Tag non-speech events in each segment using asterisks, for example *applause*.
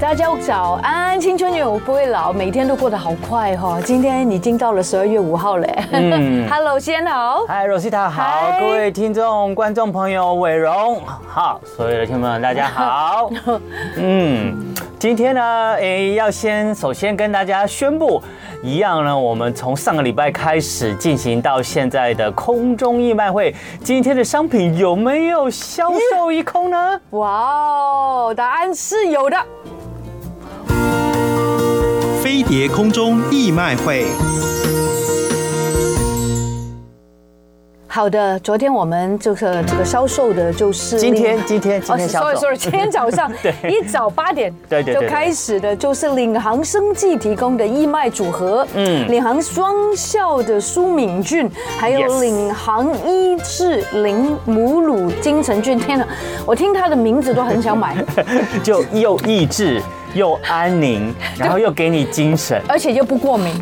大家早安，青春永不会老，每天都过得好快哈、哦！今天已经到了十二月五号嘞。Hello，先 *laughs* 嗯好。嗨，Rosita 好，嗨各位听众、观众朋友，伟荣好，所有的听众们大家好。 *laughs* 嗯，今天呢，诶，要先首先跟大家宣布，一样呢，我们从上个礼拜开始进行到现在的空中义卖会，今天的商品有没有销售一空呢？ *laughs* 哇哦，答案是有的。飞碟空中义卖会。好的，昨天我们就是这个销售的，就是今另天，今天，今哦天销售。 ，sorry sorry，今天早上 *laughs* 对一早八点对对对就对开始的，就是领航生技提供的义卖组合，嗯，嗯领航双效的舒敏菌，还有 Yes 领航医治林母乳金城菌，天哪，我听它的名字都很想 *laughs* 买，就又益智又安 *laughs* 宁，然后又给你精神。而且又不过敏。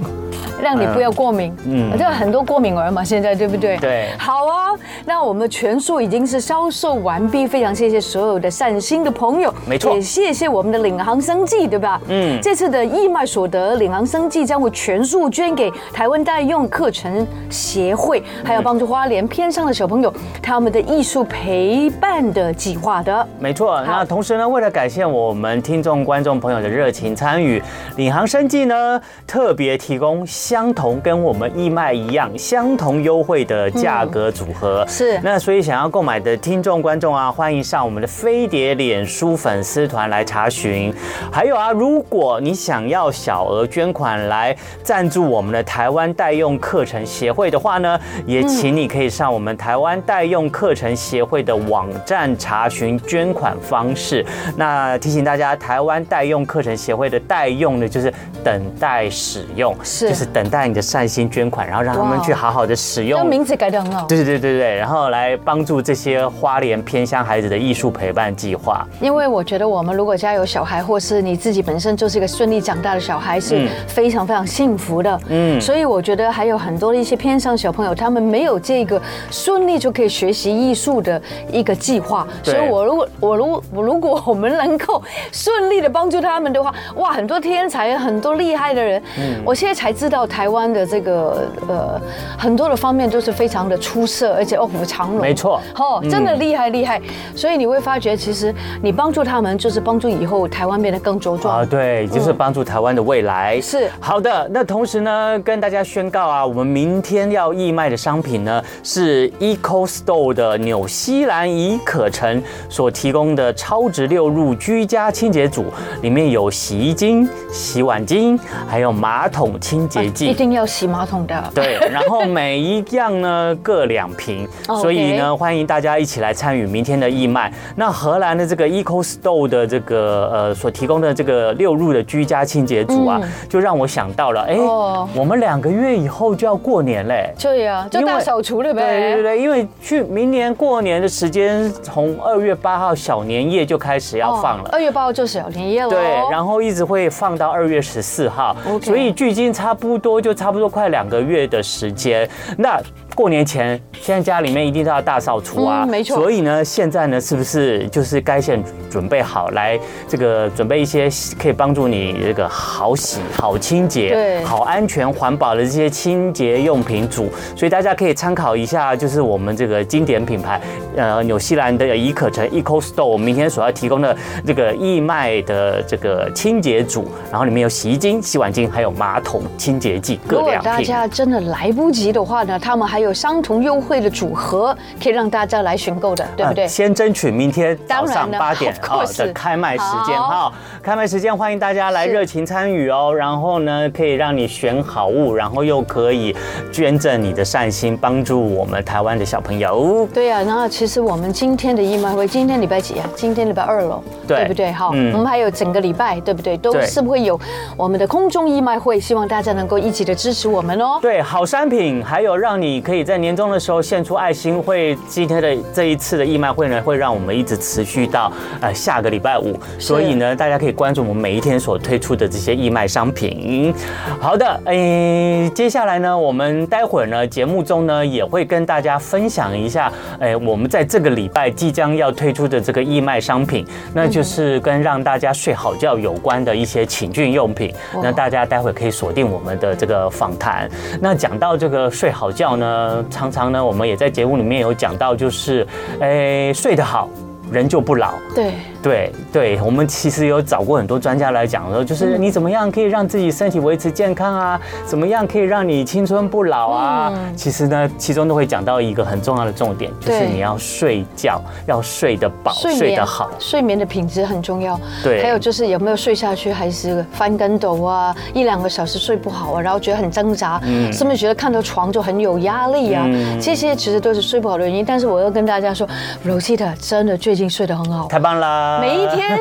让你不要过敏，嗯，嗯这个很多过敏儿嘛，现在对不对？对好哦，那我们全数已经是销售完毕，非常谢谢所有的善心的朋友，没错也谢谢我们的领航生计，对吧？嗯嗯，这次的义卖所得，领航生计将会全数捐给台湾代用课程协会，还有帮助花莲偏上的小朋友他们的艺术陪伴的计划的。没错，那同时呢，为了感谢我们听众、观众朋友的热情参与，领航生计呢特别提供相同跟我们义卖一样相同优惠的价格组合。是那所以想要购买的听众、观众啊，欢迎上我们的飞碟脸书粉丝团来查询。还有啊，如果你想要小额捐款来赞助我们的台湾代用课程协会的话呢，也请你可以上我们台湾代用课程协会的网站查询捐款方式。那提醒大家，台湾代用课程协会的代用呢，就是等待使用，是就是等待你的善心捐款，然后让他们哇去好好的使这用。名字改得很好。对对对对，然后来帮助这些花莲偏乡孩子的艺术陪伴计划。因为我觉得我们如果家有小孩，或是你自己本身就是一个顺利长大的小孩，是嗯非常非常幸福的。嗯，嗯所以我觉得还有很多的一些偏上小朋友，他们没有这个顺利就可以学习艺术的一个计划。所对以我如果我如我如果我们能够顺利的帮助他们的话，哇，很多天才，很多厉害的人。嗯我现在才知道台湾的这个呃很多的方面都是非常的出色，而且卧虎藏龙。没错哦，真的厉害厉害。所以你会发觉，其实你帮助他们，就是帮助以后台湾变得更茁啊，壮。对，就是帮助台湾的未来。是好的。那同时呢，跟大家宣告啊，我们明天要义卖的商品呢，是 Eco Store 的纽西兰怡可城所提供的超值六入居家清洁组，里面有洗衣精、洗碗精，还有马桶清洁剂。一定要洗马桶的。对， *laughs* 然后每一样呢各两瓶，哦 OK 所以呢欢迎大家一起来参与明天的义卖。那荷兰的这个 Eco Store 的这个呃所提供的这个六入的居家清洁组啊，就让我想到了，哎嗯哦，我们两个月以后就要过年嘞。对呀、就因为大扫除了呗。哦对对对，因为去明年过年的时间，从二月八号小年夜就开始要放了。二月八号就是小年夜了。对，然后一直会放到二月十四号哦 OK 所以距今差不多就差不多快两个月的时间。那过年前，现在家里面一定都要大扫除啊，嗯没错所以呢，现在呢，是不是就是该先准备好来这个准备一些可以帮助你这个好洗、好清洁对、好安全、环保的这些清洁用品组？所以大家可以参考一下，就是我们这个经典品牌，呃，纽西兰的怡可城 Eco Store，我们明天所要提供的这个义卖的这个清洁组，然后里面有洗衣精、洗碗精，还有马桶清洁剂各如果两大瓶。家真的来不及的话呢，他们还有相同优惠的组合，可以让大家来选购的，对不对？呃先争取明天早当然上了八点 of 啊 course 的开卖时间好哈，开卖时间欢迎大家来是热情参与哦。然后呢，可以让你选好物，然后又可以捐赠你的善心，帮助我们台湾的小朋友。对呀、那其实我们今天的义卖会，今天礼拜几啊？今天礼拜二喽，对不对？哈、嗯我们还有整个礼拜，对不对？都对是会有我们的空中义卖会，希望大家能够够一起的支持我们哦。对，好商品，还有让你可以在年终的时候献出爱心，会今天的这一次的义卖会呢，会让我们一直持续到呃下个礼拜五。所以呢，大家可以关注我们每一天所推出的这些义卖商品。好的，诶，接下来呢，我们待会儿呢节目中呢也会跟大家分享一下，诶，我们在这个礼拜即将要推出的这个义卖商品，那就是跟让大家睡好觉有关的一些寝具用品。哇那大家待会可以锁定我们的这个访谈。那讲到这个睡好觉呢，常常呢我们也在节目里面有讲到，就是，诶，睡得好，人就不老。对，对对，我们其实有找过很多专家来讲说，就是嗯你怎么样可以让自己身体维持健康啊，怎么样可以让你青春不老啊。嗯其实呢，其中都会讲到一个很重要的重点，就是对你要睡觉，要睡得饱，睡得好。睡眠的品质很重要。对还有就是有没有睡下去，还是翻跟斗啊，一两个小时睡不好啊，然后觉得很挣扎，嗯甚至觉得看到床就很有压力啊。这些其实都是睡不好的原因。但是我要跟大家说，Rosita 真的最近睡得很好。太棒啦！每一天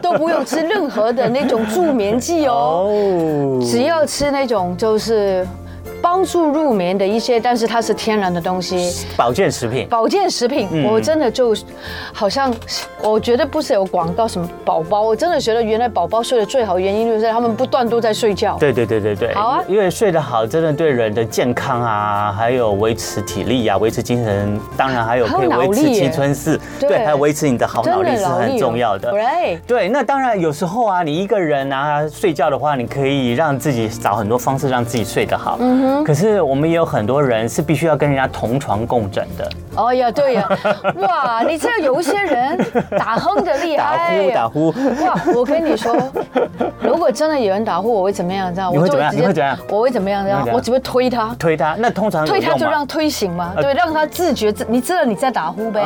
都不用吃任何的那种助眠剂哦，哦，只要吃那种就是帮助入眠的一些，但是它是天然的东西。保健食品。保健食品，嗯我真的就好像，我觉得不是有广告什么宝宝，我真的觉得原来宝宝睡得最好，原因就是他们不断都在睡觉。对对对对对，好啊因为睡得好，真的对人的健康啊，还有维持体力啊，维持精神，当然还有可以还有脑维力持耶青春是，对对，还有维持你的好脑力是哦很重要的。对，对，那当然有时候啊，你一个人啊睡觉的话，你可以让自己找很多方式让自己睡得好。嗯哼。可是我们也有很多人是必须要跟人家同床共枕的，哦呀，对呀，哇，你知道有一些人打哼的厉 *laughs* 打害啊呼哎呀，打呼。哇，我跟你说，如果真的有人打呼，我会怎么样？你知道吗？你会我就怎么样直接你会怎么样我会怎么样？你知道你会怎吗样我只会推他。推他，那通常有推他就用吗让推醒嘛，呃对，让他自觉自，你知道你在打呼呗，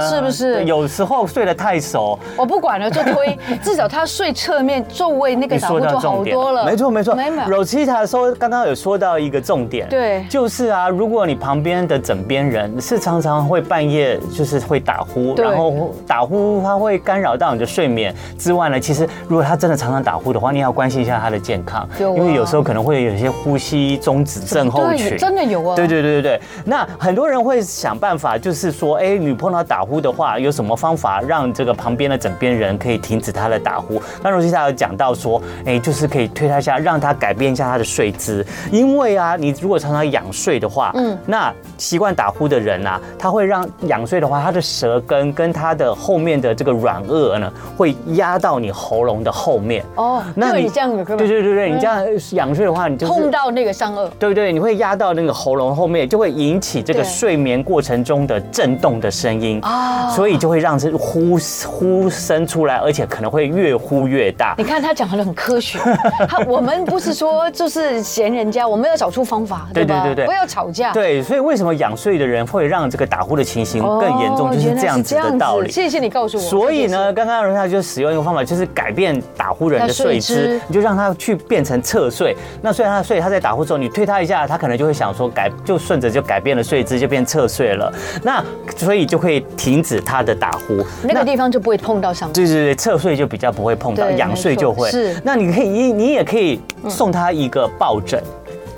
是不是对？有时候睡得太熟，我不管了，就 *laughs* 推，至少他睡侧面座位那个你打呼说就到重好点多了。没错没错。没有 Rosita 说刚刚有说到一个重点，对就是啊，如果你旁边的枕边人是常常会半夜就是会打呼，对然后打呼它会干扰到你的睡眠之外呢，其实如果他真的常常打呼的话，你也要关心一下他的健康，有啊因为有时候可能会有一些呼吸中止症候群，对，真的有啊。对对对对对，那很多人会想办法，就是说，哎，你碰到打呼的话，有什么方法让这个旁边的枕边人可以停止他的打呼？那罗西塔有讲到说，哎，就是可以推他一下，让他改变一下他的睡姿，因为啊，你如果常常仰睡的话，嗯，那习惯打呼的人啊，他会让仰睡的话，他的舌根跟他的后面的这个软腭呢，会压到你喉咙的后面。哦，那你这样子可不对可以对对对，你这样仰睡的话，你就是碰到那个上颚？对不对？你会压到那个喉咙后面，就会引起这个对睡眠过程中的震动的声音啊所以就会让这呼呼声出来，而且可能会越呼越大你。看他讲的很科 *laughs* 学，他我们不是说就是嫌人家，我们要找出方法，对吧？对对对不要吵架。对，所以为什么仰睡的人会让这个打呼的情形哦，更严重，就是原来这样子的道理。谢谢你告诉我。所以这件呢，事，刚刚荣夏就使用一个方法，就是改变打呼人的睡他睡姿姿，你就让他去变成侧睡。那虽然他睡，他在打呼的时候，你推他一下，他可能就会想说改，就顺着就改变了睡姿，就变侧睡了。那所以就会停止他的打呼。那个地方就不会碰到上颚。对对对，侧睡就比较不会碰到，对仰睡就会。没错是那你可以，你你也可以送他一个抱枕。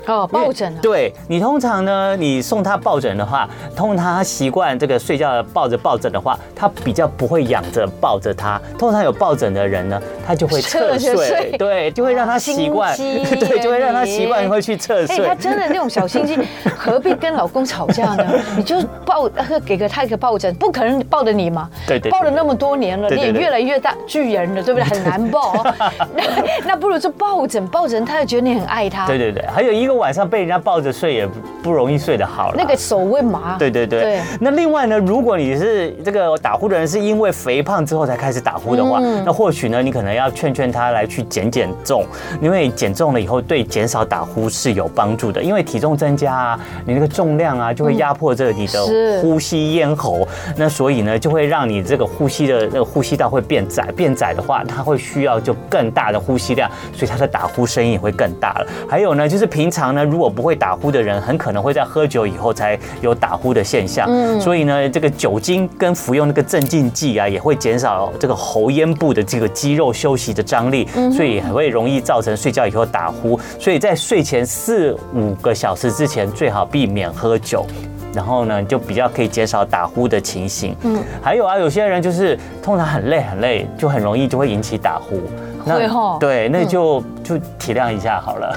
哦，抱枕啊。对你通常呢，你送他抱枕的话，通常他习惯这个睡觉抱着抱枕的话，他比较不会仰着抱着他。通常有抱枕的人呢，他就会侧侧着睡睡，对，就会让他习惯，心机对，就会让他习惯会去侧哎、睡她。真的那种小心 *laughs* 机，何必跟老公吵架呢？你就抱呃给个他一个抱枕，不可能抱着你嘛。对对对抱了那么多年了，对你对也对越来越大巨人了，对不 *laughs* 对？很难抱、哦。那 *laughs* 那不如就抱枕，抱枕他也觉得你很爱他。对对对，还有一个晚上被人家抱着睡也不容易睡得好了。那个手会麻。对对对。啊对那另外呢，如果你是这个打呼的人，是因为肥胖之后才开始打呼的话，那或许呢，你可能要劝劝他来去减减重，因为减重了以后对减少打呼是有帮助的。因为体重增加啊，你那个重量啊就会压迫这你是的呼吸咽喉，那所以呢就会让你这个呼吸的那个呼吸呃道会变窄，变窄的话，它会需要就更大的呼吸量，所以它的打呼声音也会更大了。还有呢，就是平常。常呢，如果不会打呼的人，很可能会在喝酒以后才有打呼的现象。嗯所以呢，这个酒精跟服用那个镇静剂啊，也会减少这个喉咽部的这个肌肉休息的张力，嗯所以很会容易造成睡觉以后打呼。所以在睡前四五个小时之前，最好避免喝酒。然后呢，就比较可以减少打呼的情形。嗯，还有啊，有些人就是通常很累很累，就很容易就会引起 *laughs* 打呼。会吼嗯对，那就、就体谅一下好 *laughs* 了。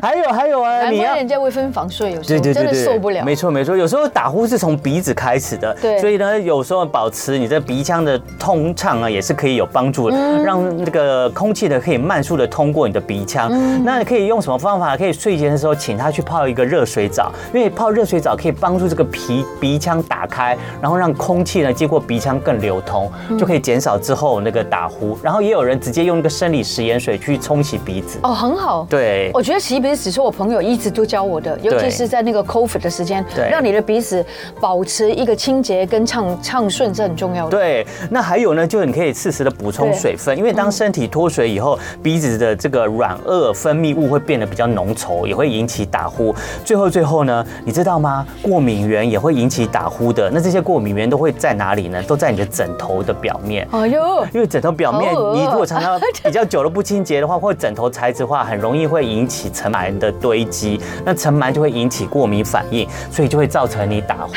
还有还有啊，难你要怪人家会分房睡，有时对候对哦真的对对，受不了。没错没错，有时候打呼是从鼻子开始的，对所以呢，有时候保持你的鼻腔的通畅啊，也是可以有帮助的，嗯让那个空气呢可以慢速的通过你的鼻腔。嗯那你可以用什么方法？可以睡前的时候请他去泡一个热水澡，因为泡热水澡可以帮助这个皮鼻腔打开，然后让空气呢经过鼻腔更流通，嗯就可以减少之后那个打呼。然后也有人直接用那个生理食盐水去冲洗鼻子。哦，很好。对，我觉得洗鼻子是我朋友一直都教我的，尤其是在那个 COVID 的时间对，让你的鼻子保持一个清洁跟畅畅顺是很重要的。对，那还有呢，就是你可以适时的补充对水分，因为当身体脱水以后，鼻子的这个软腭分泌物会变得比较浓稠，也会引起打呼。最后最后呢，你知道吗？过敏源也会引起打呼的。那这些过敏源都会在哪里呢？都在你的枕头的表面。哎呦， *laughs* 因为枕头表面好，恶你如果常常比较久了不清洁的话，或者枕头材质的话，很容易会引起尘螨的堆积，那尘螨就会引起过敏反应，所以就会造成你打呼。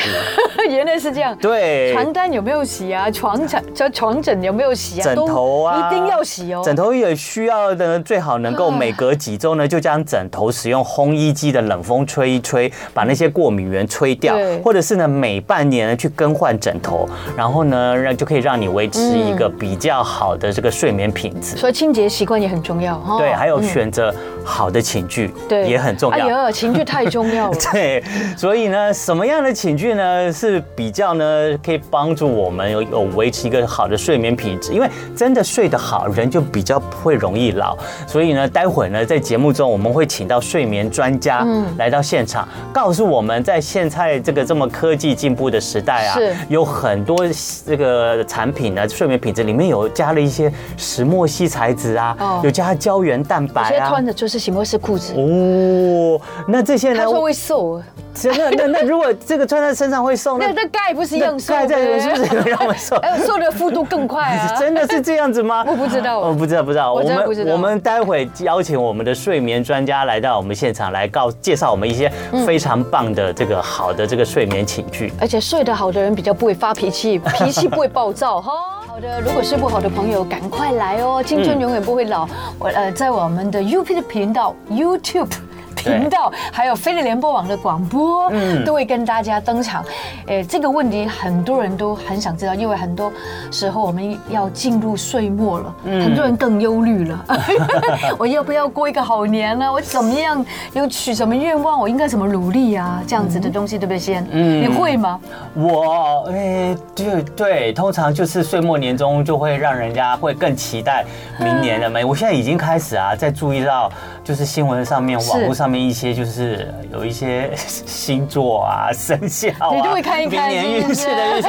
原来是这样。 *laughs* 对，床单有没有洗啊？床枕、叫床枕有没有洗啊？枕头啊，都一定要洗哦。枕头也需要呢，最好能够每隔几周呢，就将枕头使用烘衣机的冷风吹一吹，把那些过敏源吹掉对，或者是呢每半年呢去更换枕头，然后呢让就可以让你维持一个比较好的这个睡眠品质。所以清洁习惯也很重要哈对，还有嗯选择好的寝具，对也很重要。哎呀，情绪太重 *laughs* 要了。对，所以呢，什么样的寝具呢是比较呢可以帮助我们有有维持一个好的睡眠品质？因为真的睡得好，人就比较不会容易老。所以呢，待会呢在节目中我们会请到睡眠专家嗯来到现场，告诉我们在现在这个这么科技进步的时代啊是，有很多这个产品呢，睡眠品质里面有加了一些石墨烯材质啊，哦有加胶原蛋白我现在啊。穿的就是什么是裤子，哦，那这些呢？他说会瘦，真的，那那如果这个穿在身上会瘦，那那钙不是一样瘦吗？盖在里面是不是也 *laughs* 会让我瘦？！哎，瘦的幅度更快啊真的是 *laughs* 这样子吗？我不知道 *laughs* 哦，不知道，不知道。我真的不知道我们待会邀请我们的睡眠专家来到我们现场来告介绍我们一些嗯非常棒的这个好的这个睡眠寝具。而且睡得好的人比较不会发脾气，脾气不会暴躁哈。好的，如果睡不好的朋友，赶快来哦！青春永远不会老。我呃，在我们的 UP 的频道 YouTube。频道还有飞利联播网的广播，都会跟大家登场。诶，这个问题很多人都很想知道，因为很多时候我们要进入岁末了，很多人更忧虑了。 *laughs* 我要不要过一个好年呢？我怎么样？有许什么愿望？我应该怎么努力啊？这样子的东西，对不对，先？嗯，你会吗？我诶，对对，通常就是岁末年终就会让人家会更期待明年的美。嗯我现在已经开始啊，在注意到就是新闻上面、是网络上面一些就是有一些星座啊、生肖啊，你都会看一看明是年不运是势的运势。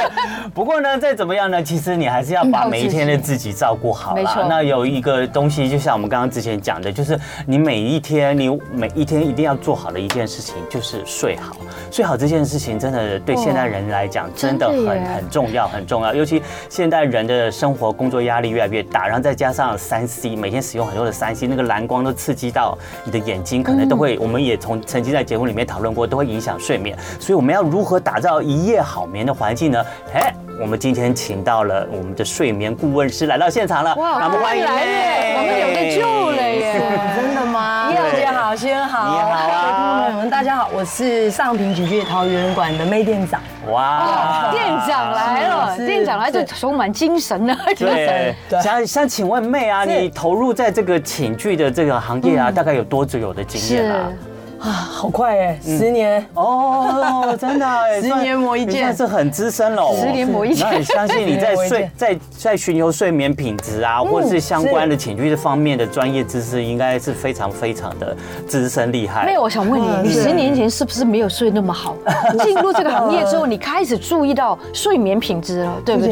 不过呢，再怎么样呢，其实你还是要把每一天的自己照顾好没啦错。那有一个东西，就像我们刚刚之前讲的，就是你每一天，你每一天一定要做好的一件事情，就是睡好。睡好这件事情，真的对现代人。人来讲，真的哦真的很耶很重要，很重要。尤其现代人的生活、工作压力越来越大，然后再加上三 C，每天使用很多的三 C，那个蓝光都刺激到你的眼睛，可能都会，嗯我们也从曾经在节目里面讨论过，都会影响睡眠。所以我们要如何打造一夜好眠的环境呢？哎。我们今天请到了我们的睡眠顾问师来到现场了，哇那我们欢迎来耶我们有得救了耶真的 *laughs* 吗？叶姐好，先好，你好啊各位听众朋友们，大家好，我是上平景区桃园馆的梅店长。哇哦店长来了，是店长来就充满精神了。 *laughs* 对，对想想请问妹啊，是嗯你投入在这个寝具的这个行业啊，大概有多久有的经验啊？啊，好快哎，十年。哦，真的 *laughs* 哎，十算年磨一剑你算是很资深了哦。十年磨一剑那你相信你在十年磨一睡剑在在寻求睡眠品质啊，嗯或者是相关的寝具这方面的专业知识，应该是非常非常的资深厉害。没有，我想问哇你，你是十年前是不是没有睡那么好？进入这个行业之后，你开始注意到睡眠品质了，对而不哦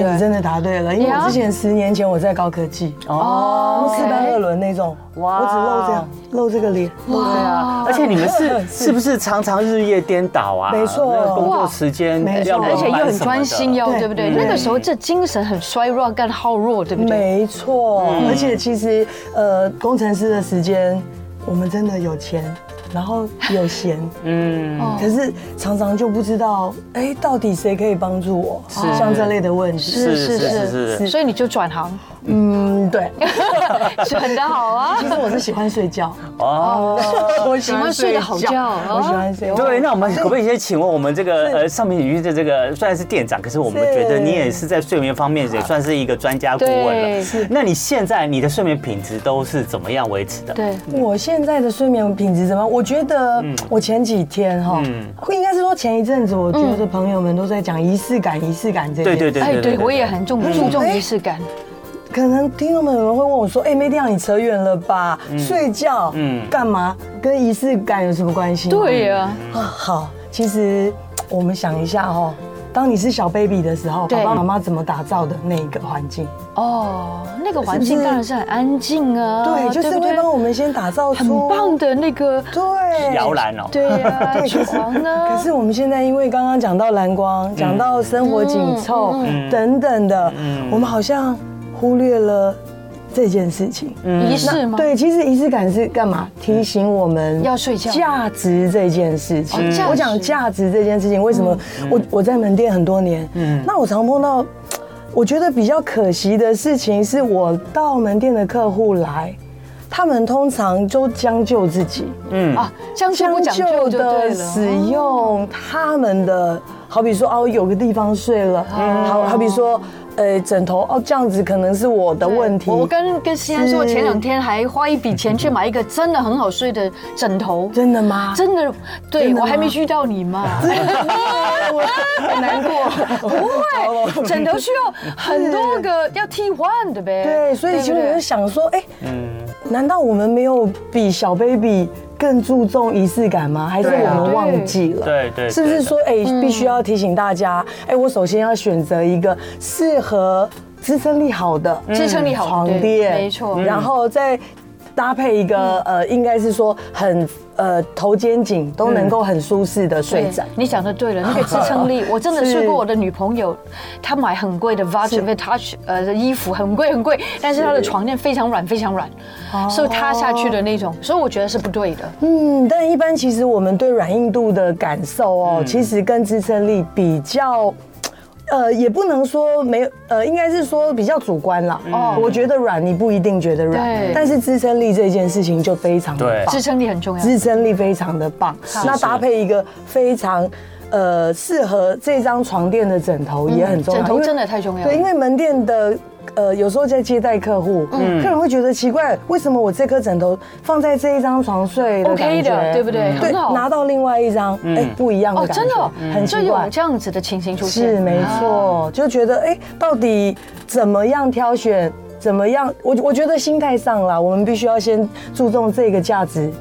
且哇我只露这样，露这个脸。对啊，而且你们是是不是常常日夜颠倒啊？嗯没错那个工作时间哇没错要轮而班且又很专心什么哟，对对不对？那个时候这精神很衰弱，跟耗弱，对不对？没错，而且其实呃，工程师的时间我们真的有钱，然后有闲，的，嗯，哦可是常常就不知道，哎，到底谁可以帮助我？像这类的问题，是是是是是，所以你就转行，嗯，对。转的好啊其，实我是喜欢睡觉，哦。*laughs* 我喜欢睡个好觉我喜啊。欢睡。对，那我们可不可以先请问我们这个呃上面鱼的这个虽然是店长，可是我们是觉得你也是在睡眠方面也算是一个专家顾问对了。是那你现在你的睡眠品质都是怎么样维持的？对，我现在的睡眠品质怎么样？我觉得嗯我前几天哈，应该是说前一阵子，我觉得朋友们都在讲仪式感，仪式感这对对件对哎，对对我也很重注重仪式感，可能听众朋友们会问我说：“哎、梅迪亚，你扯远了吧？睡觉，嗯嗯，干嘛？跟仪式感有什么关系？”对呀，啊，好，其实我们想一下哦，当你是小 baby 的时候，对爸爸妈妈怎么打造的那一个环境？哦，那个环是不境是当然是很安静啊，对，就是不对会帮我们先打造出很棒。的那个，对，摇篮哦，对呀，对，曲可是房啊呢，可是我们现在因为刚刚讲到蓝光，嗯讲到生活紧凑嗯等等的，嗯我们好像忽略了这件事情。仪式吗？嗯对，其实仪式感是干嘛？提醒我们要睡觉价值这件事情哦价。值嗯我讲价值这件事情，为什么我我在门店很多年，那我常碰到，我觉得比较可惜的事情是我到门店的客户来，他们通常都将就自己， *laughs* 啊，这样就不将讲究就就对的了。哦使用他们的，好比说哦，有个地方睡了，哦好好比说。呃，枕头哦，这样子可能是我的对问题。我跟跟西安说，是前两天还花一笔钱去买一个真的很好睡的枕头，真的吗？真的，对真的我吗还没遇到你嘛。 *laughs* 我很难 *laughs* 不过，会，枕头需要很多个要替换的呗。对，所以对不其实我就对想说，哎，嗯难道我们没有比小 baby 更注重仪式感吗？还是对我啊们忘记了？对对是不是说，哎，嗯必须要提醒大家，哎，我首先要选择一个适合支撑力好的嗯支撑力好的床对垫，没嗯错然后再。搭配一个呃，应该是说很呃头肩颈都能够很舒适的睡枕嗯对，你讲的对了，那 *laughs* 个支撑力，我真的睡是过我的女朋友，她买很贵的 v a t v i t a c h 呃的衣服，很贵很贵，但是她的床垫非常软非常软，哦是塌下去的那种，所以我觉得是不对的。嗯，但一般其实我们对软硬度的感受哦，其实跟支撑力比较。呃，也不能说没有，呃，应该是说比较主观啦。哦，我觉得软，你不一定觉得软对，但是支撑力这件事情就非常对的棒支，撑力很重要。支撑力非常的棒。那搭配一个非常呃适合这张床垫的枕头也很重嗯要，枕头因为真的太重要了对，因为门店的呃，有时候在接待客户，嗯客人会觉得奇怪，为什么我这颗枕头放在这一张床睡的 OK 感的觉对不对对，很好拿到另外一张，哎，不一样的哦，感觉，真的哦，很就奇有怪。这样子的情形出现。嗯是没啊错，就觉得哎、到底怎么样挑选？怎么样？我我觉得心态上啦，我们必须要先注重这个价值，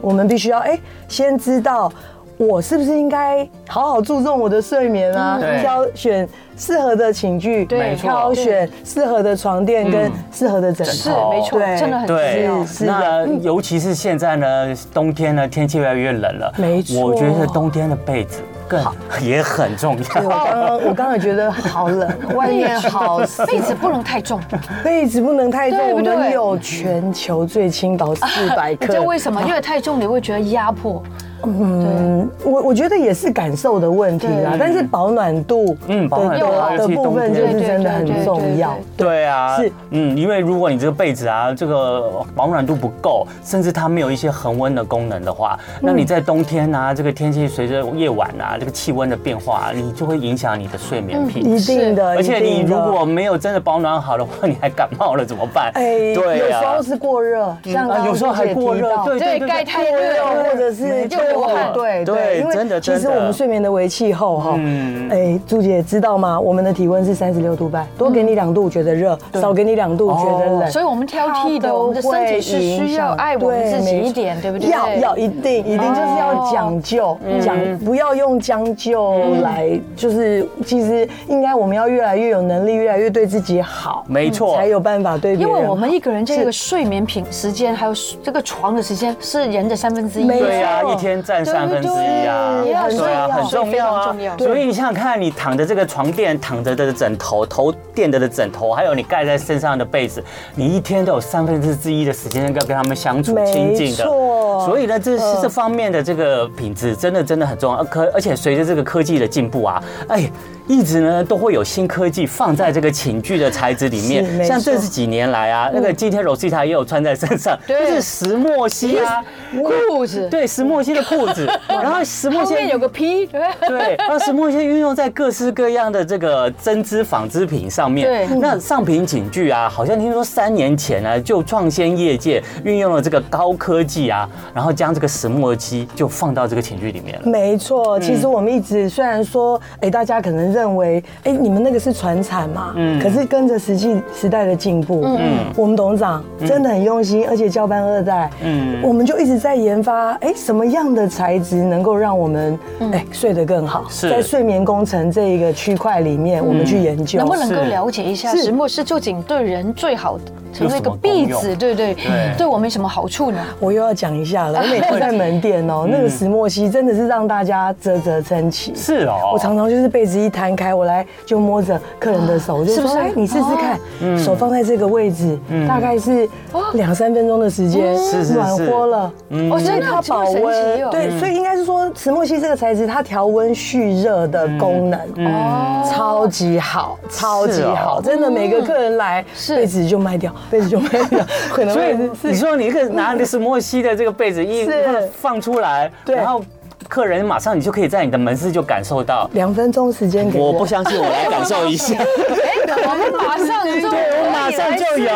我们必须要哎、先知道我是不是应该好好注重我的睡眠啊，对挑选适合的寝具，对嗯没错挑选适合的床垫跟适合的枕是头，没错，对真的很重对要。，是嗯那尤其是现在呢，冬天呢，天气越来越冷了。没错我觉得冬天的被子更也很重哎我要。刚刚我刚刚觉得好 *laughs* 冷，外面 *laughs* 好湿被子不能太 *laughs* 重，被子不能太重，对不我对们有全球最轻薄四百你克。知道为什么？因为太重你会觉得压迫。嗯，嗯，我我觉得也是感受的问题啦对，但是保暖度，嗯保暖度啊的尤其部冬分天就是真的很重要。对啊，是嗯，因为如果你这个被子啊，这个保暖度不够，甚至它没有一些恒温的功能的话，嗯那你在冬天啊，这个天气随着夜晚啊，这个气温的变化啊，你就会影响你的睡眠品嗯一质。定的。而且一你定的如果没有真的保暖好的话，你还感冒了怎么办？哎，对有时啊候是过热，像刚啊刚有时候还过热对朱姐提到对，对对盖太过热热了，或者是又流汗对对因真的为其实真的我们睡眠的为气候哈嗯，哎，朱姐知道吗？我们的体温是三十六度半，多给你两度觉得热，少给你两度觉得冷，嗯哦所以我们挑剔的，我们的身体是需要爱我们自己一点，对不哦嗯对？要要一定一定就是要讲究，讲不要用将嗯就来，就是其实应该我们要越来越有能力，越来越对自己好，嗯没错才有办法对别因人好。为我们一个人这个睡眠品时间，还有这个床的时间是人的三分之一。没对呀、错一天占三分之一啊，对对对啊，对很重要啊所以非常重要。所以你想想看，你躺着这个床垫，躺着的枕头，头垫着的枕头，还有你盖在身上的被子，你一天都有三分之一的时间要跟他们相处没亲近的。错所以呢，这这方面的这个品质真的真的很重要。呃科而且随着这个科技的进步啊，哎。一直呢都会有新科技放在这个寝具的材质里是没面，错像这是几年来啊，那个今天 Rosita 也有穿在身上，就对是石墨烯啊，裤子对，石墨烯的裤 *laughs* 子，然后石墨后烯面有个 P，对不对对，然后石墨烯运用在各式各样的这个针织纺织品上面。对那上品寝具啊，好像听说三年前呢、就创先业界运用了这个高科技啊，然后将这个石墨烯就放到这个寝具里面了。没错，其实我们一直虽然说，哎，大家可能认为，哎，你们那个是传产嘛，可是跟着实际时代的进步，嗯，我们董事长真的很用心，而且交班二代，嗯嗯，我们就一直在研发，哎，什么样的材质能够让我们，哎，睡得更好，是在睡眠工程这一个区块里面，我们去研究，能不能是够了解一下是石墨烯究竟对人最好的，成为一个壁有什么纸，对不对对？对我们有什么好处呢？我又要讲一下了，我每天在门店哦、那个石墨烯真的是让大家啧啧称奇。是哦我常常就是被子一摊开，我来就摸着客人的手，我就是不说是哎，你试试看，哦手放在这个位置，嗯大概是两三分钟的时间是是，是暖和了。嗯哦，所以它保哦温，对，对，所以应该是说石墨烯这个材质，它调温蓄热的功能，哦超级好，超级嗯好，哦嗯真的每个客人来，是被子就卖掉，被子就卖 *laughs* 掉，可能所以会是你说你一个拿石墨烯的这个被子一是放出来，对然后客人马上你就可以在你的门市就感受到。两分钟时间给我我不相信，我来感受一下。我们马上就对，我马上就有，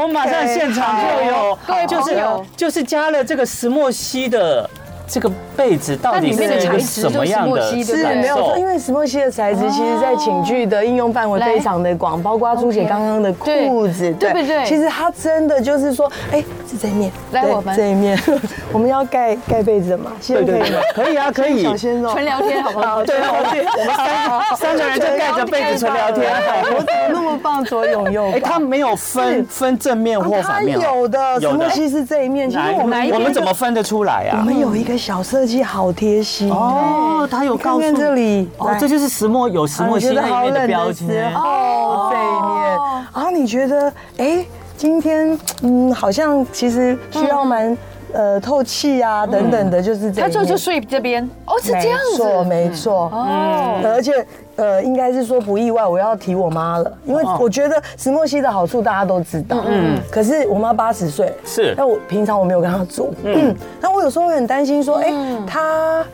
我们马上现场就有各位，就是朋友就是加了这个石墨烯的这个被子，到底它是里面的一材个质什么样的就是石墨烯对不是对感没有受错，？因为石墨烯的材质其实在寝具的应用范围非常的广，包括朱嗯姐 OK 刚刚的裤子，对对不对其实它真的就是说，哎，是这一面，来对我们这一面， *laughs* 我们要盖盖被子嘛，先对可对以对吗？，可以啊，可以。小鲜肉，纯聊天好 *laughs* 不好？对，我们我们三三个人就盖着被子纯聊天。我怎么那么棒，左拥右哎，它抱？没有分分正面或它反面啊，哦有的石有墨的。烯是这一面，其实哪一我们我们怎么分得出来我啊？们有一个小设计，好贴心哦，它有告看诉看这里哦来，这啊就是石墨有石墨烯觉得在里好面的冷标的时签。哦候这一面，然后你觉得哎，今天嗯，好像其实需要蛮呃透气啊等等的，就是这一嗯他面。就就睡这边，哦，是这样子，没错，没错。哦，而且，呃，应该是说不意外，我要提我妈了，因为我觉得石墨烯的好处大家都知道，嗯，可是我妈八十岁，是那我平常我没有跟她住，嗯，那我有时候会很担心嗯说，哎，她。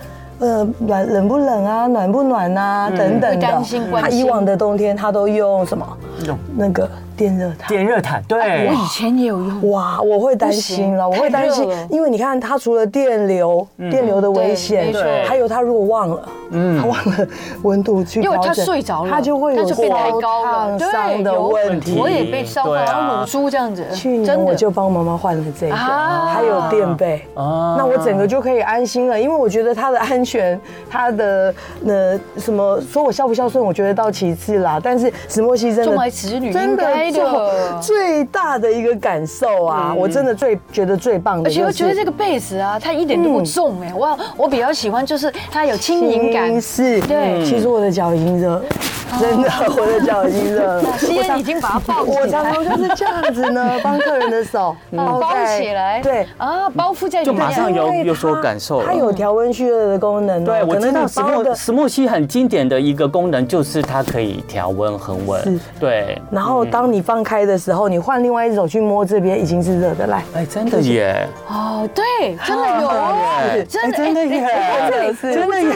呃，暖冷不冷啊，暖不暖啊，等等的。会担嗯心关她以心往的冬天，她都用什么？用那个电热毯。电热毯，哎对我，以前也有用，哇，我会担心了，我嗯不行会担心太热了，嗯因为你看它除了电流，电流的危险对没错，还有它如果忘了，嗯，忘了温度去因调为整，他睡着了，它就会有它就变太高了，烫伤的有问有题。我也被烧对到啊乳猪这样子，去年真的我就帮妈妈换了这个，啊还有垫被，啊那我整个就可以安心了，因为我觉得它的安全，它的呃什么，说我孝不孝顺，我觉得到其次啦，但是石墨烯真作为的子女真应该的的就。最大的一个感受啊，我真的最觉得最棒的，而且我觉得这个被子啊，它一点都不重嗯哎，我我比较喜欢就是它有轻盈感，是，对哦其实我的脚已经热了，真的，我的脚已经热 *laughs* 了。吸烟已经把它抱起来，我常常就是这样子呢，帮客人的手嗯包在起来，对。啊，包覆在里面，就马上有因为有所它感受了它有调温蓄热的功能哦。对，我嗯可能知道你石包墨的石墨烯很经典的一个功能就是它可以调温恒温是，对，然后当你放开的时候，你换另外一只手去摸这边，已经是热的。来，哎，真的耶，哦，对，真的有哎啊哦，真的真的耶哎哎哎真的耶！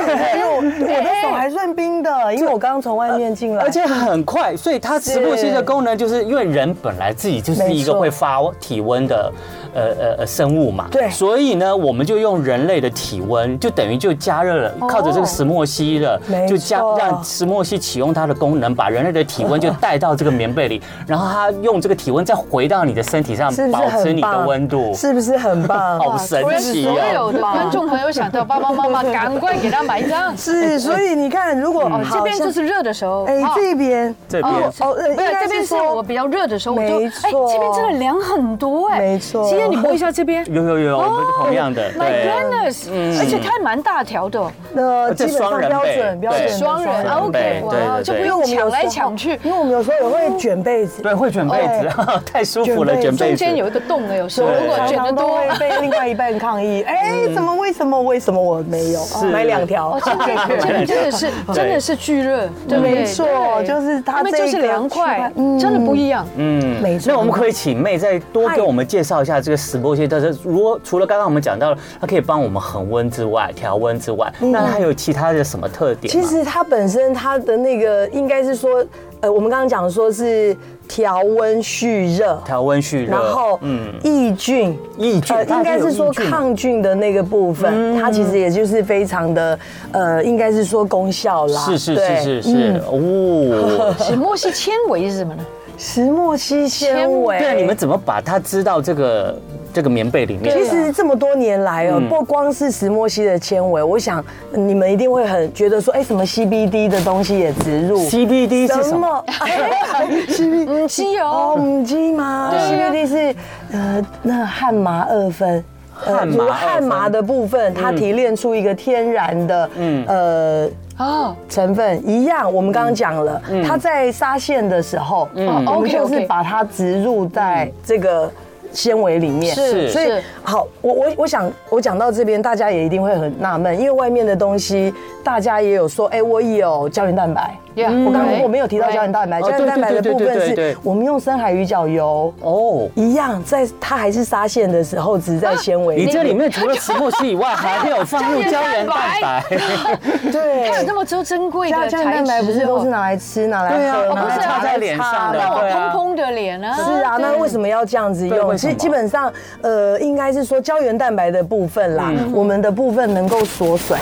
我我的手还算冰的，因为我刚从外面进来，而且很快，所以它石墨烯的功能就是因为人本来自己就是一个会发体温的呃呃呃生物嘛，对所以呢，我们就用人类的体温，就等于就加热了，靠着这个石墨烯的没，就加错让石墨烯启用它的功能，把人类的体温就带到这个棉被里，然后它用这个体温再回到你的身体上是，不是保持很你的棒？温度。是不是很棒？好神突然奇所哦！有的观众朋友想到爸爸妈 *laughs* 妈，赶快给他买一张。哎哦是，所以你看，嗯如果哦这边像就是热的时候，哎哦这边这边哦哦，呃不是应该这边是说我比较热的时候，我就没哎错这边真的凉很多哎，没错今天你摸一下这 *laughs* 边。有有有，我们同样的， My 对，嗯 goodness！而且它还蛮大条的，呃，这基本双上人标被准标对准的双人啊双人，OK，被对对哇，对就不因为用我们有抢来时候嗯抢去，因为我们有时候也会卷被子，对，会卷被子，太舒服了，卷卷被被中子。间有一个洞的，有时候对如果常卷得常都多，会被另外一半 *laughs* 抗议，哎，怎么为什么为什么我没有嗯是买两条哦，？这 *laughs* 个这个真的是真的是巨热，对不对？没错对就是它因为就这是个凉区快块，嗯真的不一样。嗯没错那我们可以请妹再多给我们介绍一下这个石墨烯，但是如果除了刚刚我们讲到了，它可以帮我们恒温之外、调温之外，那它还有其他的什么特点吗？其实它本身它的那个应该是说，呃，我们刚刚讲说是调温蓄热，调温蓄热，然后嗯，抑菌，抑菌呃，应该是说它是有抑菌的嗯抗菌的那个部分，它其实也就是非常的，呃，应该是说功效啦。是是对呃是是是， *laughs* 哦，石墨烯纤维是什 *laughs* 么呢？石墨烯纤维。对啊，你们怎么把它知道这个这个棉被里面？其实这么多年来嗯哦，不光是石墨烯的纤维，我想你们一定会很觉得说，哎，什么 CBD 的东西也植入。 CBD 是什么？ ？CBD 嗯，机哦，油。母鸡吗？对啊 CBD 是呃，那汗麻二分。呃汗麻就是二嗯分汗麻的部分，它提炼出一个天然的，嗯，呃，哦，成分一样。我们刚刚讲了，它在纱线的时候，嗯，我们 OK，OK 就是把它植入在这个纤维里面。是所以是好，我我我想我讲到这边，大家也一定会很纳闷，因为外面的东西，大家也有说，哎，我有胶原蛋白。 Yeah，嗯我刚刚 right，我没有提到 right 胶原蛋白，哦胶原蛋白的对对部对对分对对是我们用深海鱼饺油。哦，一样，在它还是纱线的时候，只在纤维你。这里面除了石墨烯以 *laughs* 外，还有放入哎胶原蛋白，对哎它有这么多珍贵的材质胶哦，原蛋白不是都是拿来吃、拿来对喝、啊拿来不是啊擦擦在脸上的拿来让我对啊蓬蓬的脸啊。是啊，那为么？什么要这样子对为什用？其么实基本上，呃，应该是说胶原蛋白的部分啦，嗯我们的部分能够锁水，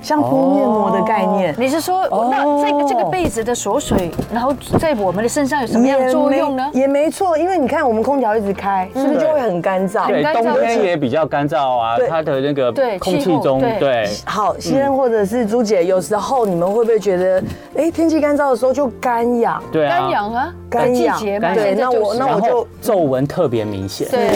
像敷面膜的概念。你是说，那这哦个这个被子的锁水，然后在我们的身上有什么样的作用呢嗯也？没也没错，因为你看我们空调一直开，是不是就会很干燥？对，干燥冬天也比较干燥啊，对它的那个对空气气候中对对。好，先生或者是朱姐，有时候你们会不会觉得，哎，天气干燥的时候就干痒？对啊，干痒啊，干季痒节嘛，对现在那就我是那我然后就皱纹特别明显。对。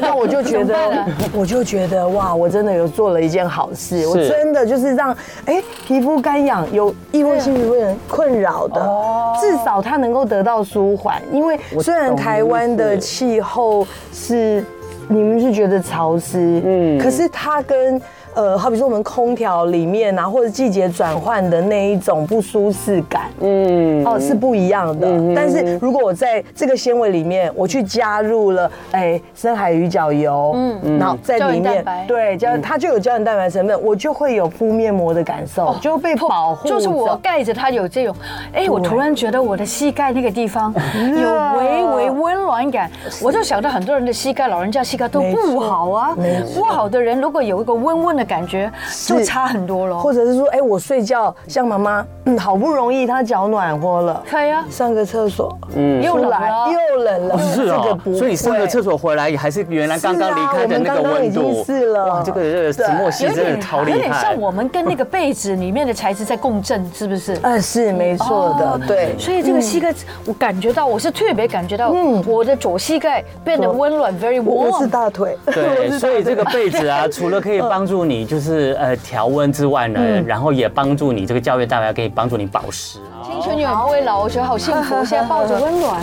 那 *laughs* 那我就觉怎么得办啊呢，我就觉得哇，我真的有做了一件好事，我是真的就是让哎皮肤干痒、有异位啊性皮肤炎困扰的，哦至少它能够得到舒缓。因为虽然台湾的气候是你们是觉得潮湿，嗯，可是它跟呃，好比说我们空调里面啊，或者季节转换的那一种不舒适感，哦，是不一样的。但是如果我在这个纤维里面，我去加入了哎深海鱼饺油，嗯，然后在里胶原蛋面白对胶它就有胶原蛋白成分，我就会有敷面膜的感受，就被保护着。哦就是我盖着它有这种，哎，我突然觉得我的膝盖那个地方嗯有微微温暖感，我就想到很多人的膝盖，老人家膝盖都没错不好啊，不好的人如果有一个温温的感觉，就差很多了。或者是说，哎，我睡觉像妈妈，嗯，好不容易她脚暖和了，可以啊，上个厕所，嗯，又冷啊了又冷了，是这个哦不，会所以你上个厕所回来也还是原来刚刚离开的那个温是啊我们刚刚已度，经是了哇，这个这个石墨烯有真的点超有厉点害像，我们跟那个被子里面的材质在共振，是不是？ *laughs* 嗯，是没错的哦，对。所以这嗯个膝盖，我感觉到，我是特别感觉到，我的左膝盖变得温暖，very 哦我我是 warm。大腿，对，所以这个被子 *laughs* 啊，除了可以帮助你就是呃调温之外嗯呢，然后也帮助你这个胶原蛋白可以帮助你保湿啊。青春永远不会老，我觉得好幸 *laughs* 福，现在抱着温暖。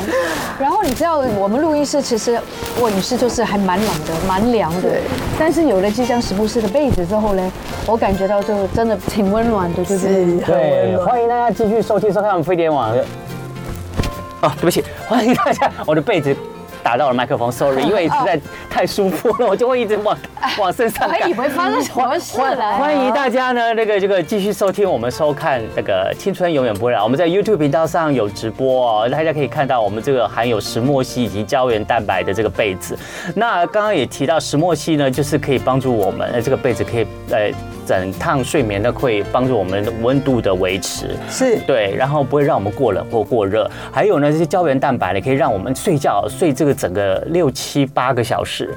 然后你知道，我们录音室其实卧女室就是还蛮冷的，蛮凉的。但是有了这张石布斯的被子之后呢，我感觉到就真的挺温暖的，对不对？对，欢迎大家啊 *laughs* 继续收听收看我们飞碟网的。哦，对不起，欢迎大家，我的被子打到了麦克风，sorry，因 *laughs* 为实在太舒服了，我就会一直往往身哎上我还赶以。为啊发生什么事了。欢迎大家呢，这个这个继续收听我们收看那个《青春永远不会老》，我们在 YouTube 频道上有直播哦，大家可以看到我们这个含有石墨烯以及胶原蛋白的这个被子。那刚刚也提到石墨烯呢，就是可以帮助我们，呃，这个被子可以呃整趟睡眠呢，会帮助我们的温度的维持。是对，然后不会让我们过冷或过热。还有呢，这些胶原蛋白呢，可以让我们睡觉睡这个整个六七八个小时，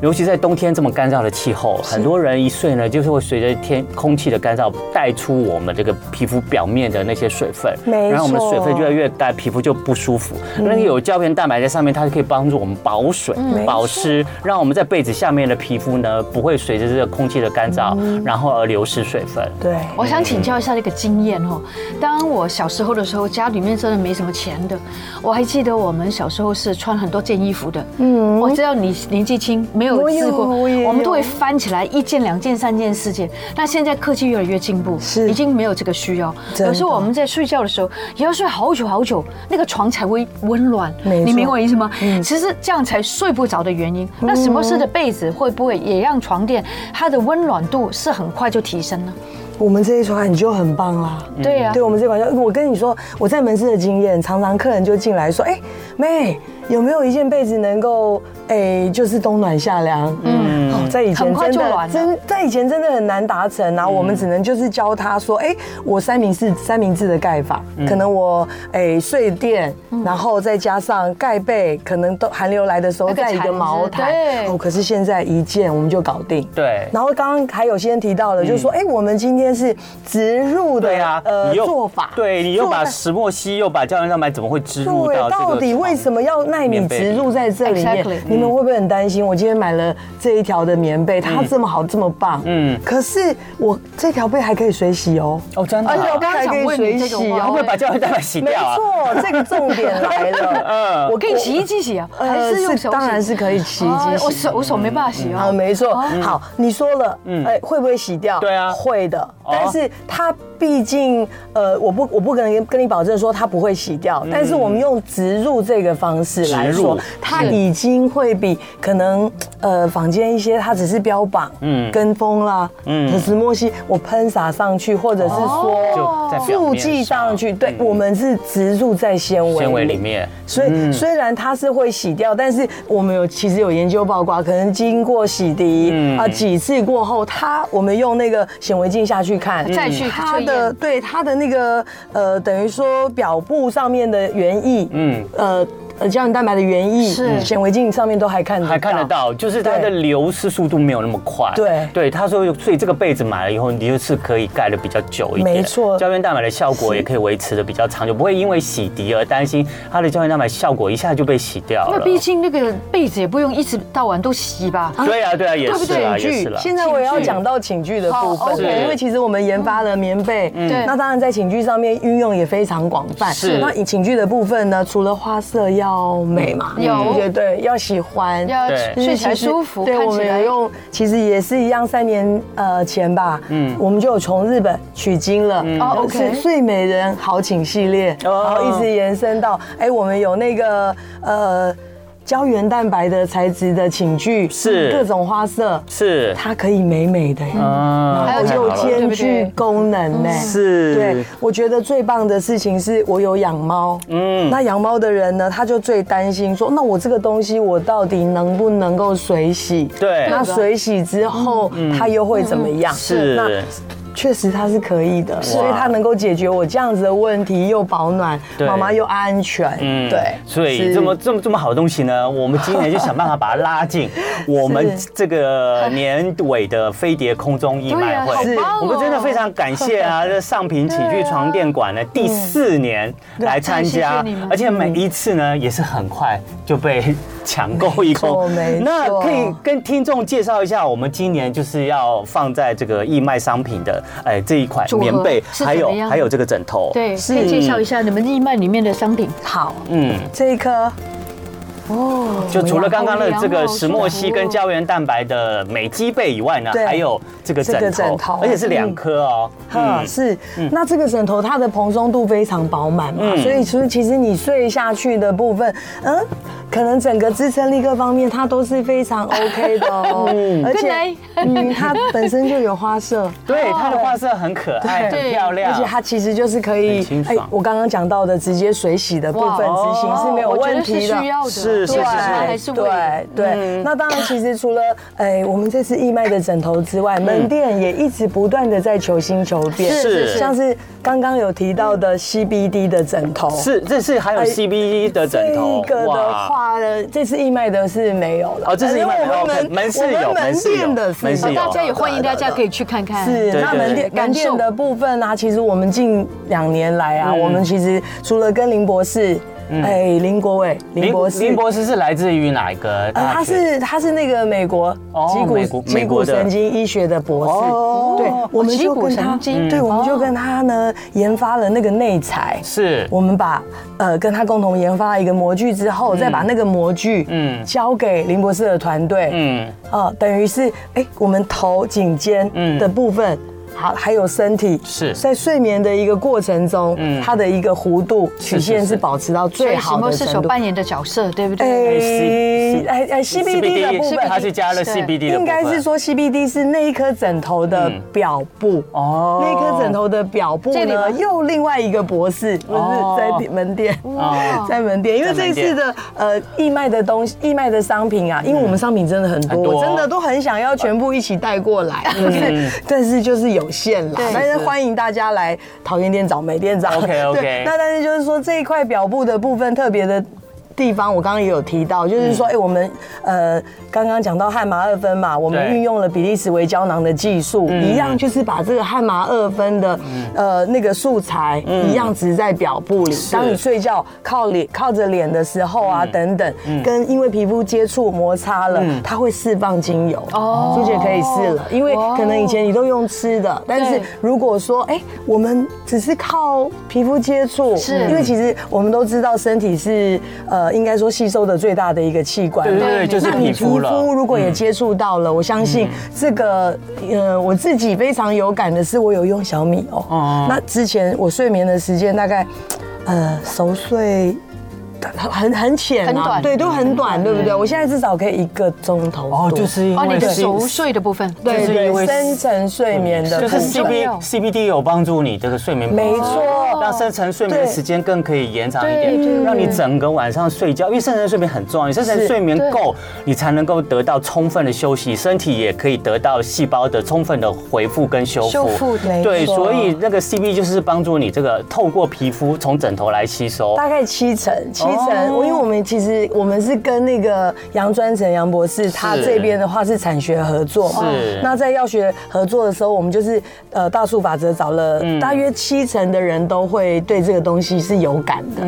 尤其在冬天这么干燥的气候，很多人一睡呢，就是会随着天空气的干燥带出我们这个皮肤表面的那些水分，没然后我们水分错越来越干，皮肤就不舒服。那个有胶原蛋白在上面，它可以帮助我们保水、没保湿，让我们在被子下面的皮肤呢，不会随着这个空气的干燥，嗯然后而流失水分。对，我想请教一下那个经验哦。当我小时候的时候，家里面真的没什么钱的。我还记得我们小时候是穿很多件衣服的。嗯，我知道你年纪轻，没有我有试过，我也有们都会翻起来一件、两件、三件、四件。那现在科技越来越进步，是已经没有这个需要。真的有时候我们在睡觉的时候，也要睡好久好久，那个床才会温暖。没错嗯你明白我意思吗？其实这样才睡不着的原因。那什么式的被子会不会也让床垫它的温暖度是很快就提升呢？我们这一款你就很棒啦。对呀、嗯对我们这款叫，我跟你说，我在门市的经验，常常客人就进来说，哎、妹，有没有一件被子能够，哎、就是冬暖夏凉？嗯，哦，在以很前快真就暖的了嗯真在以前真的很难达成啊，我们只能就是教他说，哎、我三明治三明治的盖法，嗯可能我哎、睡垫，然后再加上盖被，可能都寒流来的时候那个再一毯个子毛毯对，哦，可是现在一件我们就搞定。对。然后刚刚还有先提到的，就是说，哎，我们今天是植入的嗯呃对啊，你又做法，对你又把做法石墨烯又把胶原蛋白怎么会植入对到，这个？到底为什么要纳米植入在这里面 Exactly？你们会不会很担心？我今天买了这一条的棉被，它这么好，这么棒，嗯嗯，可是我这条被还可以水洗哦，哦，真的而且啊、我刚刚想问你这个还话，它会把胶原蛋白洗没掉啊？嗯呃错，哦这个重点 *laughs* 来了，我可以洗衣机洗啊，呃还是用手洗？当然是可以洗衣啊机我洗。手我手没办法洗啊，啊。没错。好，你说了，哎，会不会洗掉？嗯对啊会的。但是它毕竟，呃，我不，我不可能跟你保证说它不会洗掉，但是我们用植入这个方式来嗯植入说，它已经会比可能，呃，坊间一些它只是标榜，嗯，跟风啦，嗯，石墨烯我喷洒上去，或者是哦就在说表面注剂上去，对嗯，我们是植入在纤维纤维里面，所嗯以虽然它是会洗掉，但是我们有其实有研究报告，可能经过洗嗯涤啊几次过后，它我们用那个显微镜下去看，嗯嗯再去它测的验对它的那个呃，等于说表布上面的原液，嗯嗯，呃呃胶原蛋白的原液，是显微镜上面都还看得到，还看得。到，就是它的对流失速度没有那么快。对对，他说，所以这个被子买了以后，你就是可以盖的比较久一点，没错胶原蛋白的效果也可以维持的比较长久，不会因为洗涤而担心它的胶原蛋白效果一下就被洗掉那了。毕竟那个被子也不用一直到晚都洗吧。对啊，对啊，也对不是对啊，寝也具是啦。现在我也要讲到寝具的部哦分， ，OK 嗯因为其实我们研发了棉被，对那当然在寝具上面运用也非常广泛。嗯是那以寝具的部分呢，除了花色要美嘛，有嗯我觉得对，要喜欢，哦要对睡起来其实舒服，对，看我起们有来用，其实也是一样，三年呃前吧，嗯，我们就有从日本取经了，哦，OK 是最美人好寝系列，嗯然哦后一直延伸到，哎，我们有那个呃。胶原蛋白的材质的寝具是各种花色，是，它可以美美的耶，嗯然后又兼具功能呢。嗯是对，我觉得最棒的事情是我有养猫，嗯，那养猫的人呢，他就最担心说，那我这个东西我到底能不能够水洗？对嗯那水洗之后它又会怎么样？是那确实它是可以的，所以它能够解决我这样子的问题，又保暖，对妈妈又安全，嗯对，所以是这么这么这么好的东西 *laughs* 呢，我们今年就想办法把它拉进我们这个年尾的飞碟空中义卖会。对啊好棒哦我们真的非常感谢 *laughs* 啊，这上品起居床垫馆啊呢第四年嗯来参加真的谢谢你们，而且每一次呢也是很快就被抢购一空没。错那可以跟听众介绍一下，我们今年就是要放在这个义卖商品的哎这一款组合棉被，是还怎么有样还有这个枕头。对，可以介绍一下你们义卖里面的商品。好，嗯，这一颗哦，就除了刚刚的这好个凉哦石墨烯跟胶原蛋白的美肌贝以外呢，对还有这个这个枕头枕头，嗯而且是两颗哦。哈，是。嗯那这个枕头它的蓬松度非常饱满嘛，所以其实其实你睡下去的部分，嗯，可能整个支撑力各方面它都是 *laughs* 非常 OK 的哦，而 Good night 且嗯，它本身就有花色。对，它的花色很可爱，对很漂 *laughs* 亮，哦而且它其实就是可很以哎清，爽我刚刚讲到的直接水洗的部分执行是没有哦我觉问得是题的。需要的，是是对是还是嗯为对对，那当然，其实除了哎我们这次义卖的枕头之外，嗯门店也一直不断的在求新求变，是是是像是刚刚有提到的 CBD 的枕头，是这是还有哎 CBD 的枕头，这个的话呢，这次义卖的是没有了，哦这次义卖没有我们，OK，门市有我们门门市有店的是门市有有大家也欢迎大家可以对去看看，是，对那门店对门店的部分呢、其实我们近两年来嗯啊，我们其实除了跟林博士，哎，林国伟，林博士，林博士是来自于哪一个大呃，学？他是他是那个美国哦脊美国骨脊美国骨的神经医学的博士，哦对，我们脊就骨跟神他，经嗯对，我们就跟他呢研发了那个内材，是我们把呃跟他共同研发了一个模具之后，再把那个模具嗯嗯交给林博士的团队，嗯呃，等于是哎、我们头颈肩嗯的部分。好，还有身体是在睡眠的一个过程中，嗯它的一个弧度曲是线是是保持所到最以石好墨的是程所度。扮演的角色，对不对？哎哎哎 CBD 的部分，他是加了是 CBD 的部分应该是说 CBD 是那一颗枕头的表布。哦那一颗枕头的表布这里吗呢，又另外一个博士，不哦是在门店，哇 *laughs* 在门店，因为在这门一店次的呃义卖的东西，义卖的商品啊，因为我们商品真的很多，很多我真的都很想要全部一起带过来， *laughs* 可是但是就是有限啦对，但是欢迎大家来桃园店找美店长。 OK，OK *laughs* 对那但是就是说这一块表布的部分特别的。地方我刚刚也有提到，就是说，哎、我们呃刚刚讲到汉麻二酚嘛，我们对运用了比利时微胶囊的技术，一样就是把这个汉麻二酚的、呃那个素材一样植在表布里。当你睡觉靠脸靠着脸的时候啊，等等，跟因为皮肤接触摩擦了，它会释放精油。哦哦，朱姐可以试了，因为哇可能以前你都用吃的，但是对如果说哎、我们只是靠皮肤接触，是因为其实我们都知道，身体是呃，应该说吸收的最大的一个器官对嘛。对对，就是那你皮皮肤了。肤如果也接触到嗯了，我相信这个，呃，我自己非常有感的是，我有用小米哦哦。那之前我睡眠的时间大概，呃，熟睡。很很浅很啊，短嗯对，都很短，对不对？我现在至少可以一个钟头多。哦，就是因哦，你为的是熟睡的部分，对就是因为嗯对，深层睡眠的就部是分，很重 C 要 B C B D 有帮助你这个睡眠品质，没错让深层睡眠的对时间更可以延长一对对点，对让你整个晚上睡觉，因为深层睡眠很重要，你深层是睡眠对够，你才能够得到充分的休息，身体也可以得到细胞的充分的回复跟修修复复。没对，错所以那个 C B 就是帮助你这个透过皮肤从枕头来吸收。大概七成，七哦成。我因为我们其实我们是跟那个杨专程杨博士，他这边的话是产学合作嘛是。那在药学合作的时候，我们就是呃大数法则找了嗯大约七成的人都会对这个东西是有感的。对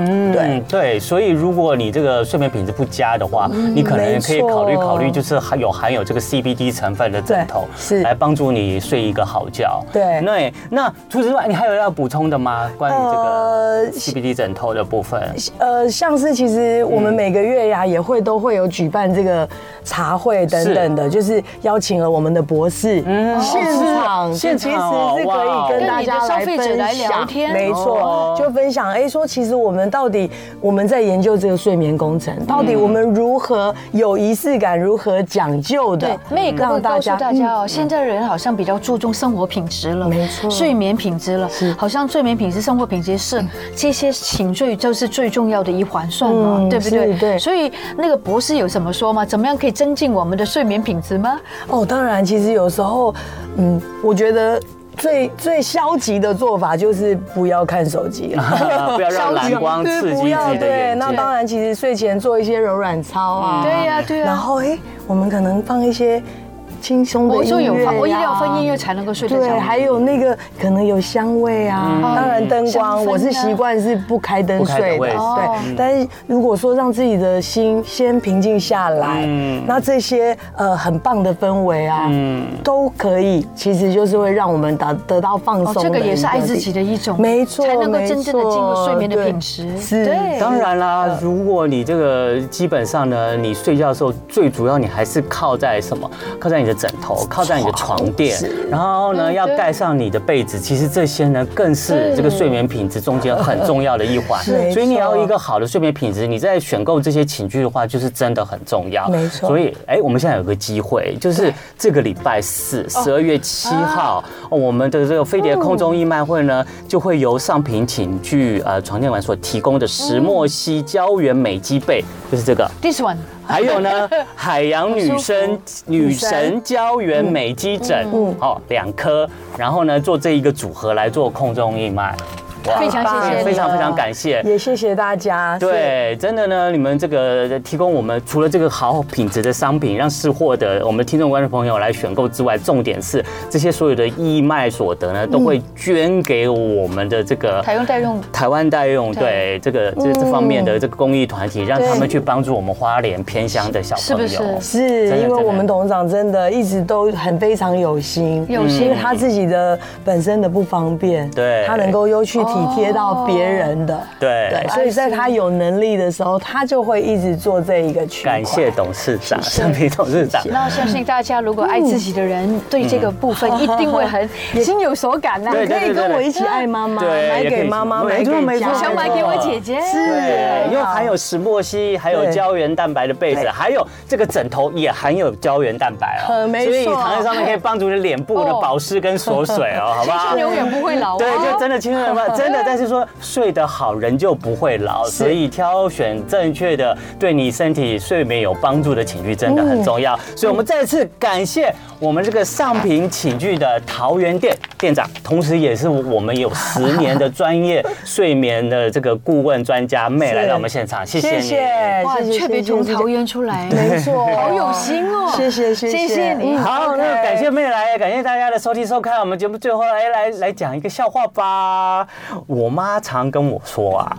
嗯，对，所以如果你这个睡眠品质不佳的话，你可能也可以考虑嗯没错考虑，就是含有含有这个 CBD 成分的枕头，对是来帮助你睡一个好觉。对那那除此之外，你还有要补充的吗？关于这个呃 CBD 枕头的部分， *laughs* 呃，像是其实我嗯们每个月呀、也会都会有举办这个茶会等等的，就是邀请了我们的博士，现场是现其场嗯哦实是哇可哦以跟大家来跟你的消费者分来聊享天，没哦错，就分享哎说，其实我们到底我们在研究这个睡眠工嗯程，到底我们如何有仪式感，如何讲究的对，妹哥会告诉大嗯家哦，现在人好像比较注重生活品质了，没错睡眠品质了，好像睡眠品质、生活品质是这些情绪就是最重要的一环，算了，嗯对不对？是对所以那个博士有怎么说吗？怎么样可以增进我们的睡眠品质吗？哦，当然，其实有时候，嗯，我觉得。最最消极的做法就是不要看手机 *laughs* 了，不要让蓝光对刺激不要自己的眼对，睛那当然，其实睡前做一些柔软操嗯啊，对呀，对呀，然后哎、我们可能放一些轻松的我就音有乐、啊，放，我一定要放音乐才能够睡得对，着。还有那个可能有香味啊，当然灯嗯香光氛啊我是习惯是不开灯睡不开灯我也的，是哦对。但是如果说让自己的心先平静下来，嗯那这些呃很棒的氛围啊，都可以，其实就是会让我们达得到放松的哦一这个地方。个也是爱自己的一种没错，才能够真正地进入睡眠的没错品质对是，对当然啦，如果你这个基本上呢，你睡觉的时候最主要你还是靠在什么？靠在你的枕头，靠在你的床垫，然后呢嗯要对盖上你的被子。其实这些呢更是这个睡眠品质中间很重要的一环。没错所以你要一个好的睡眠品质，你在选购这些寝具的话，就是真的很重要。没错所以哎，我们现在有个机会，就是这个礼拜四，哦十二月七号，啊哦我们的这个飞碟空中义卖会哦呢，就会由上品寝具呃床垫馆所提供的石墨烯胶原美肌被，就是这个。 This one，还 *laughs* 有呢，海洋女好嗯生女神胶原美肌枕，哦，两颗，然后呢做这一个组合来做空中义卖，哇非常谢谢你非常非常感谢， *laughs* 也谢谢大家。对，真的呢，你们这个呃提供我们除了这个好品质的商品，让试货的我们听众观众朋友来选购之外，重点是这些所有的义卖所得呢，都会捐给我们的这个台用代用。台湾代用对这嗯个这这方面的这个公益团体，让他们去帮助我们花莲偏乡的小是朋不友。是是真的因为真的我们董事长真的一直都很非常有心，有心因为他自己的本身的不方便，对哦他能够又去体贴到别人的，对哎对，所以在他有能力的时候，他就会一直做这一个区块。感谢董事长， *laughs* 尚平董事长。那我相信大家如果爱自己的人，对这个部分嗯一定会 *laughs* 很心有所感啊呐。对对可以跟我一起爱妈妈，对买也可以给妈妈，没买给错家没错我想买给我姐姐。对，因为好含有石墨烯，还有对胶原蛋白的被子，对还有这个枕头也含有胶原蛋白哦，呃没所以你错躺在上面可以帮助你的脸部的哦保湿跟锁水哦，好 *laughs* 不好？永远不会老、哦。对，就真的青春嘛，真的。但是说睡得好，人就不会老，所以挑选正确的、对你身体睡眠有帮助的寝具真的很重要。嗯所以我们再次感谢我们这个上品寝具的桃园店店长，同时也是我们有十年的专业睡眠的这个顾问专家妹来到我们现场，谢谢谢你。谢，哇，谢谢特别谢谢从谢谢桃园出来，没错，好有心哦。谢谢谢谢谢谢你。好，那感谢妹来，感谢大家的收听收看。我们节目最后来来来讲一个笑话吧。我妈常跟我说啊，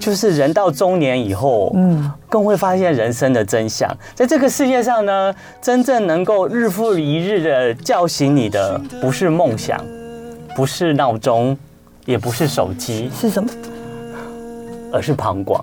就是人到中年以后，嗯，更会发现人生的真相。在这个世界上呢，真正能够日复一日的叫醒你的，不是梦想，不是闹钟，也不是手机，是什么？而是膀胱。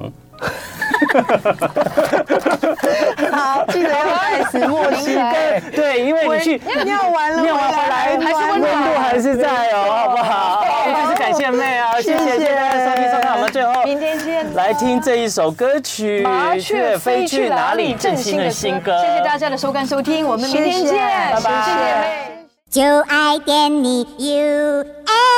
好，记得要带 *laughs* 石墨烯对对，对，因为你去尿完了尿完回啊来还是温温度暖还是在哦，好不好？再次感谢妹啊，谢谢谢谢大家收听收看，我们最后明天见。来听这一首歌曲《麻雀飞去哪里？郑正兴新的嗯的新新歌歌。。谢谢大家的收看收听，我们明天谢见，谢拜拜。就爱点你 U。F